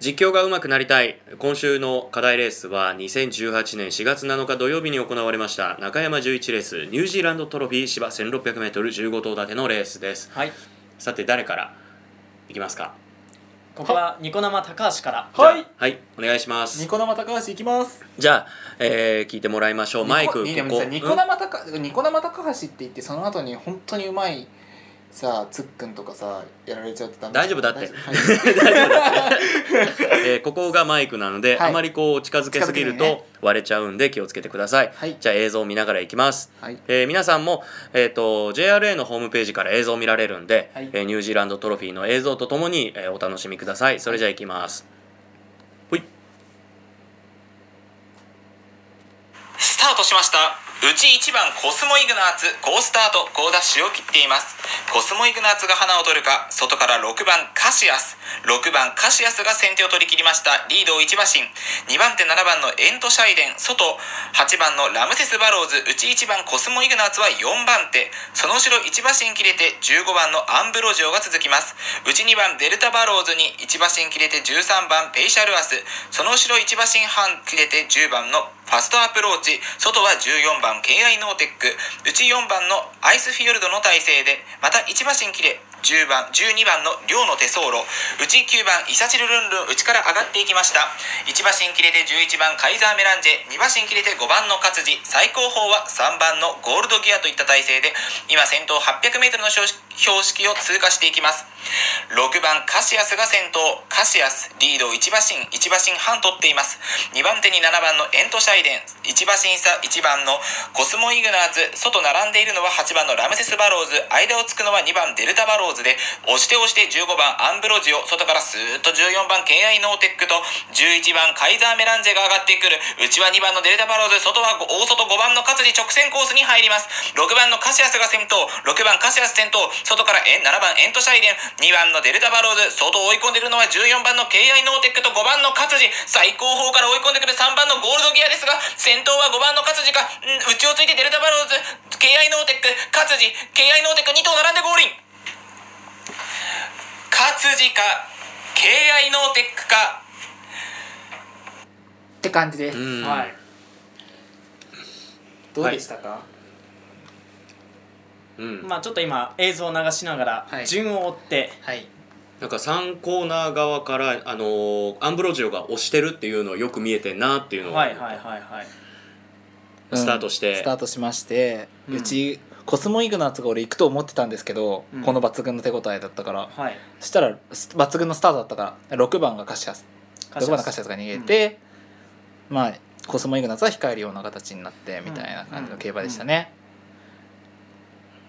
実況が上手くなりたい今週の課題レースは2018年4月7日土曜日に行われました中山11レースニュージーランドトロフィー芝 1600m15 頭立てのレースですはいさて誰からいきますかここはニコ生高橋からはいはいお願いしますニコ生高橋いきますじゃあ、えー聞いてもらいましょうマイクここニコごめんなさいニコ生高ニコ生高橋って言ってその後に本当にうまいさつっくんとかさやられちゃうとダメ大丈夫だってはいうんえーここがマイクなので、はいあまりこう近づけすぎる近づけないと割れちゃうんで気をつけてください、はいじゃあ映像を見ながらいきます、はいえー皆さんも、えー、と JRA のホームページから映像を見られるんで、はいえーニュージーランドトロフィーの映像とともに、えーお楽しみくださいそれじゃあいきますほい スタートしましたうち1番コスモイグナーツ好スタート好ダッシュを切っていますコスモイグナーツが花を取るか外から6番カシアス6番カシアスが先手を取り切りましたリードを1馬身2番手7番のエントシャイデン外8番のラムセスバローズうち1番コスモイグナーツは4番手その後ろ1馬身切れて15番のアンブロジオが続きますうち2番デルタバローズに1馬身切れて13番ペイシャルアスその後ろ1馬身半切れて10番のファストアプローチ外は14番 KI ノーテックうち4番のアイスフィヨルドの体勢でまた1馬身切れ10番12番の両の手走路うち9番イサチルルンルン内から上がっていきました1馬身切れて11番カイザーメランジェ2馬身切れて5番の勝地最高峰は3番のゴールドギアといった体勢で今先頭 800m の標識を通過していきます6番カシアスが先頭カシアスリードを1馬身1馬身半取っています2番手に7番のエントシャイデン1馬身差1番のコスモイグナーズ外並んでいるのは8番のラムセスバローズ間をつくのは2番デルタバローズで押して押して15番アンブロジオ外からスーッと14番 KI ノーテックと11番カイザーメランジェが上がってくるうちは2番のデルタバローズ外は大外5番の勝地直線コースに入ります6番のカシアスが先頭6番カシアス先頭外からえ7番エントシャイデン2番のデルタバローズ外を追い込んでいるのは14番の KI ノーテックと5番の勝地最高峰から追い込んでくる3番のゴールドギアですが先頭は5番の勝地かん内をついてデルタバローズ KI ノーテック勝地 KI ノーテック2頭並んでゴールイン勝地か KI ノーテックかって感じです、うんはいどうでしたか、うんまあちょっと今映像を流しながはらい順を追ってはい、なんか3コーナー側から、あのーアンブロジオが押してるっていうのをよく見えてんなっていうのを、はいはいはいはいうんスタートしてスタートしまして、ううんちコスモイグナーツが俺行くと思ってたんですけど、うんこの抜群の手応えだったからはいそしたらす抜群のスタートだったから6番がカシアスカ6シ番アのスカシアスが逃げて、まあコスモイグナーツは控えるような形になってみたいな感じの競馬でしたね、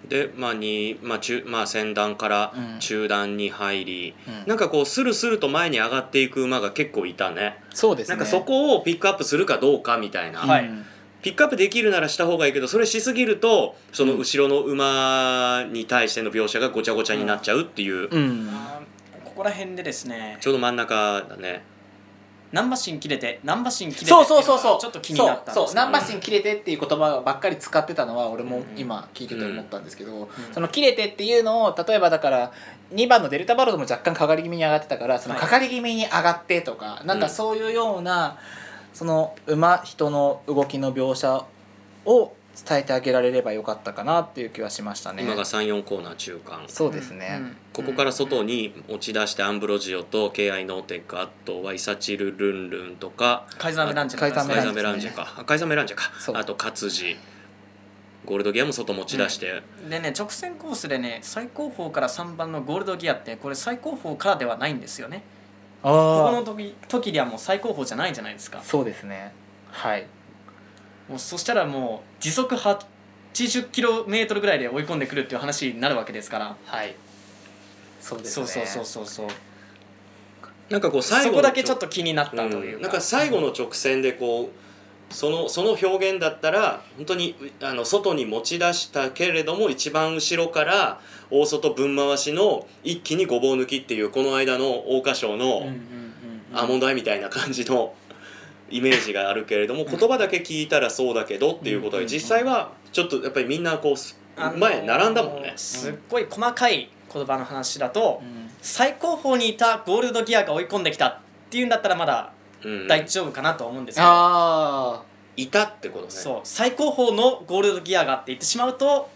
で、まあにまあ中まあ、先段からうん中段に入り、うんなんかこうスルスルと前に上がっていく馬が結構いたねそうですなねんかそこをピックアップするかどうかみたいな、はいうんピックアップできるならした方がいいけどそれしすぎるとその後ろの馬に対しての描写がごちゃごちゃになっちゃうっていう、うんあーここら辺でですねちょうど真ん中だね難波神切れて難波神切れてそうそうそうそうちょっと気になったんですけどそうそう難波神切れてっていう言葉ばっかり使ってたのは俺も今聞いてて思ったんですけど、その切れてっていうのを例えばだから2番のデルタバロードも若干かかり気味に上がってたからそのはいかかり気味に上がってとか、なんかそういうようなその馬人の動きの描写を伝えてあげられればよかったかなっていう気はしましたね今が34コーナー中間そうですね、うんうんここから外に持ち出してアンブロジオと KI ノーテックあとはイサチルルンルンとかカイザーメランジェカイザーカイザーメメラランンジジェェかあカイザーメランジェかそうあと勝地ゴールドギアも外持ち出して、でね直線コースでね最高峰から3番のゴールドギアってこれ最高峰からではないんですよねここあの時時にはもう最高峰じゃないじゃないですかあそうですねはいもうそしたらもう時速 80km ぐらいで追い込んでくるっていう話になるわけですからはいそうですそうねそうそうそうそうなんかこう最後そのこだけちょっと気になったとう、いうんなんか最後の直線でこうそのその表現だったら本当にうあの外に持ち出したけれども一番後ろから大外分回しの一気にごぼう抜きっていうこの間の桜花賞うんうんのうんうんアーモンドアイみたいな感じ のイメージがあるけれども言葉だけ聞いたらそうだけどっていうことうんうんうでん実際はちょっとやっぱりみんなこうすあのー前並んだもんね。すっごい細かい言葉の話だと、うん最高峰にいたゴールドギアが追い込んできたっっていうんだったらまだうん大丈夫かなと思うんですけど、あいたってことねそう最高峰のゴールドギアがって言ってしまうと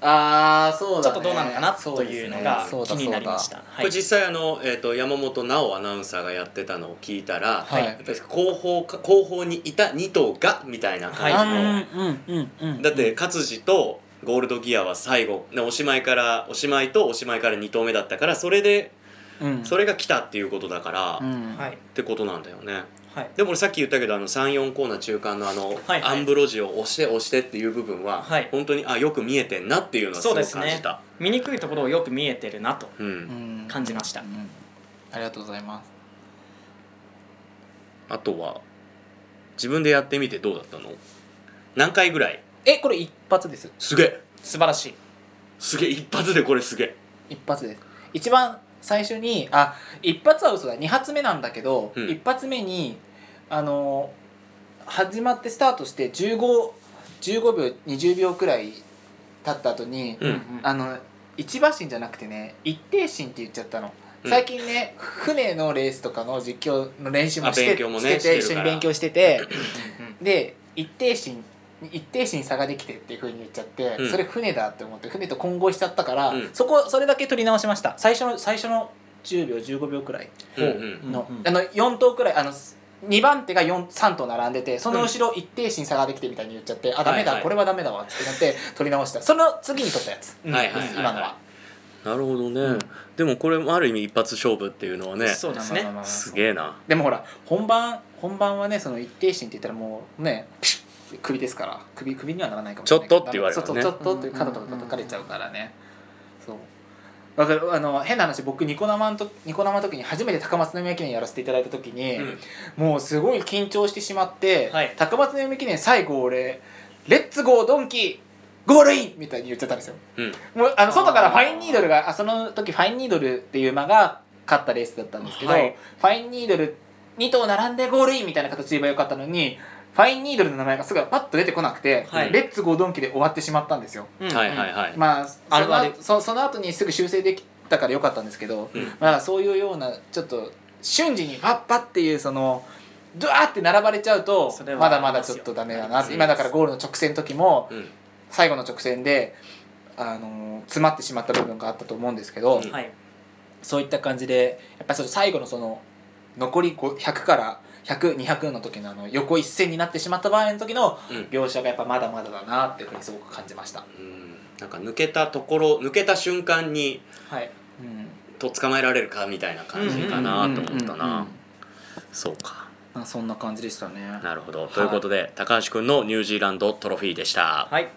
ーあーそうちだ、ょっね、とどうなのかなそというのがそう気だになりましそた。こはいれ実際あの、えー、と山本直アナウンサーがやってたのを聞いたら、はいやっぱり後方か後方にいた2頭がみたいなう感だじあの、うんうんうんうんだって勝地とゴールドギアは最後ねおしまいからおしまいとおしまいから2頭目だったからそれでうんそれが来たっていうことだから、うっんはいてことなんだよねはいでも俺さっき言ったけどあの34コーナー中間のあの、はいはいアンブロジオを押して押してっていう部分は、はい本当にあよく見えてんなっていうのはすそごうでくす感じねた見にくいところをよく見えてるなとう,、うんん感じました、うんありがとうございますあとは自分でやってみてどうだったの何回ぐらいえこれ一発ですすげえ素晴らしいすげえ一発でこれすげえ一発です一番最初にあ一発は嘘だ二発目なんだけど、うん一発目にあの始まってスタートして15 15秒20秒くらい経った後に、うんあの一馬身じゃなくてね一定身って言っちゃったのうん最近ね、船のレースとかの実況の練習もしてあ勉強もねしててし一てるか緒にら勉強しててうんうんで一定身一定身差ができてっていうふうに言っちゃって、うんそれ船だって思って船と混合しちゃったから、うんそこそれだけ取り直しました最初の最初の10秒15秒くらいうんうんの,、うんうんあの4頭くらいあの2番手が4 3頭並んでてその後ろ一定身差ができてみたいに言っちゃって、あダメだ、はいはいこれはダメだわってなって取り直したその次に取ったやつ、うんはいはいはい今のは。なるほどね、でもこれもある意味一発勝負っていうのはねそうですまねあまあまあまあすげえなでもほら本番本番はねその一定心って言ったらもうね ピシッ首ですから首首にはならないかもしれないけどちょっとって言われるからねそうそうちょっとって肩とか叩かれちゃうからねそうわかるあの変な話僕ニコ生のとニコ生の時に初めて高松宮記念やらせていただいた時に、うんもうすごい緊張してしまって、はい高松宮記念最後俺「レッツゴードンキーゴールイン!」みたいに言っちゃったんですようんもうあのあー外からファインニードルがあその時ファインニードルっていう馬が勝ったレースだったんですけど、はいファインニードル2頭並んでゴールインみたいな形で言えばよかったのにファインニードルの名前がすぐパッと出てこなくて、はいレッツゴードンキで終わってしまったんですよ。うんうんはいはいはい、まあそあるのあるそその後にすぐ修正できたからよかったんですけど、うんまあだからそういうようなちょっと瞬時にパッパっていうそのドゥワーって並ばれちゃうとそれはまだまだちょっとダメだあなりますよ今だからゴールの直線の時もうん最後の直線で、あのー詰まってしまった部分があったと思うんですけうど、んはいそういった感じでやっぱりその最後のその残り5 100から100200の時のあの横一線になってしまった場合の時のうん描写がやっぱまだまだだなっていうふうにすごく感じました。うんなんか抜けたところ抜けた瞬間にはいうんと捕まえられるかみたいな感じかなと思ったうんうんうんうなんそうかまあそんな感じでしたね。なるほどということで、高橋くんのニュージーランドトロフィーでしたはい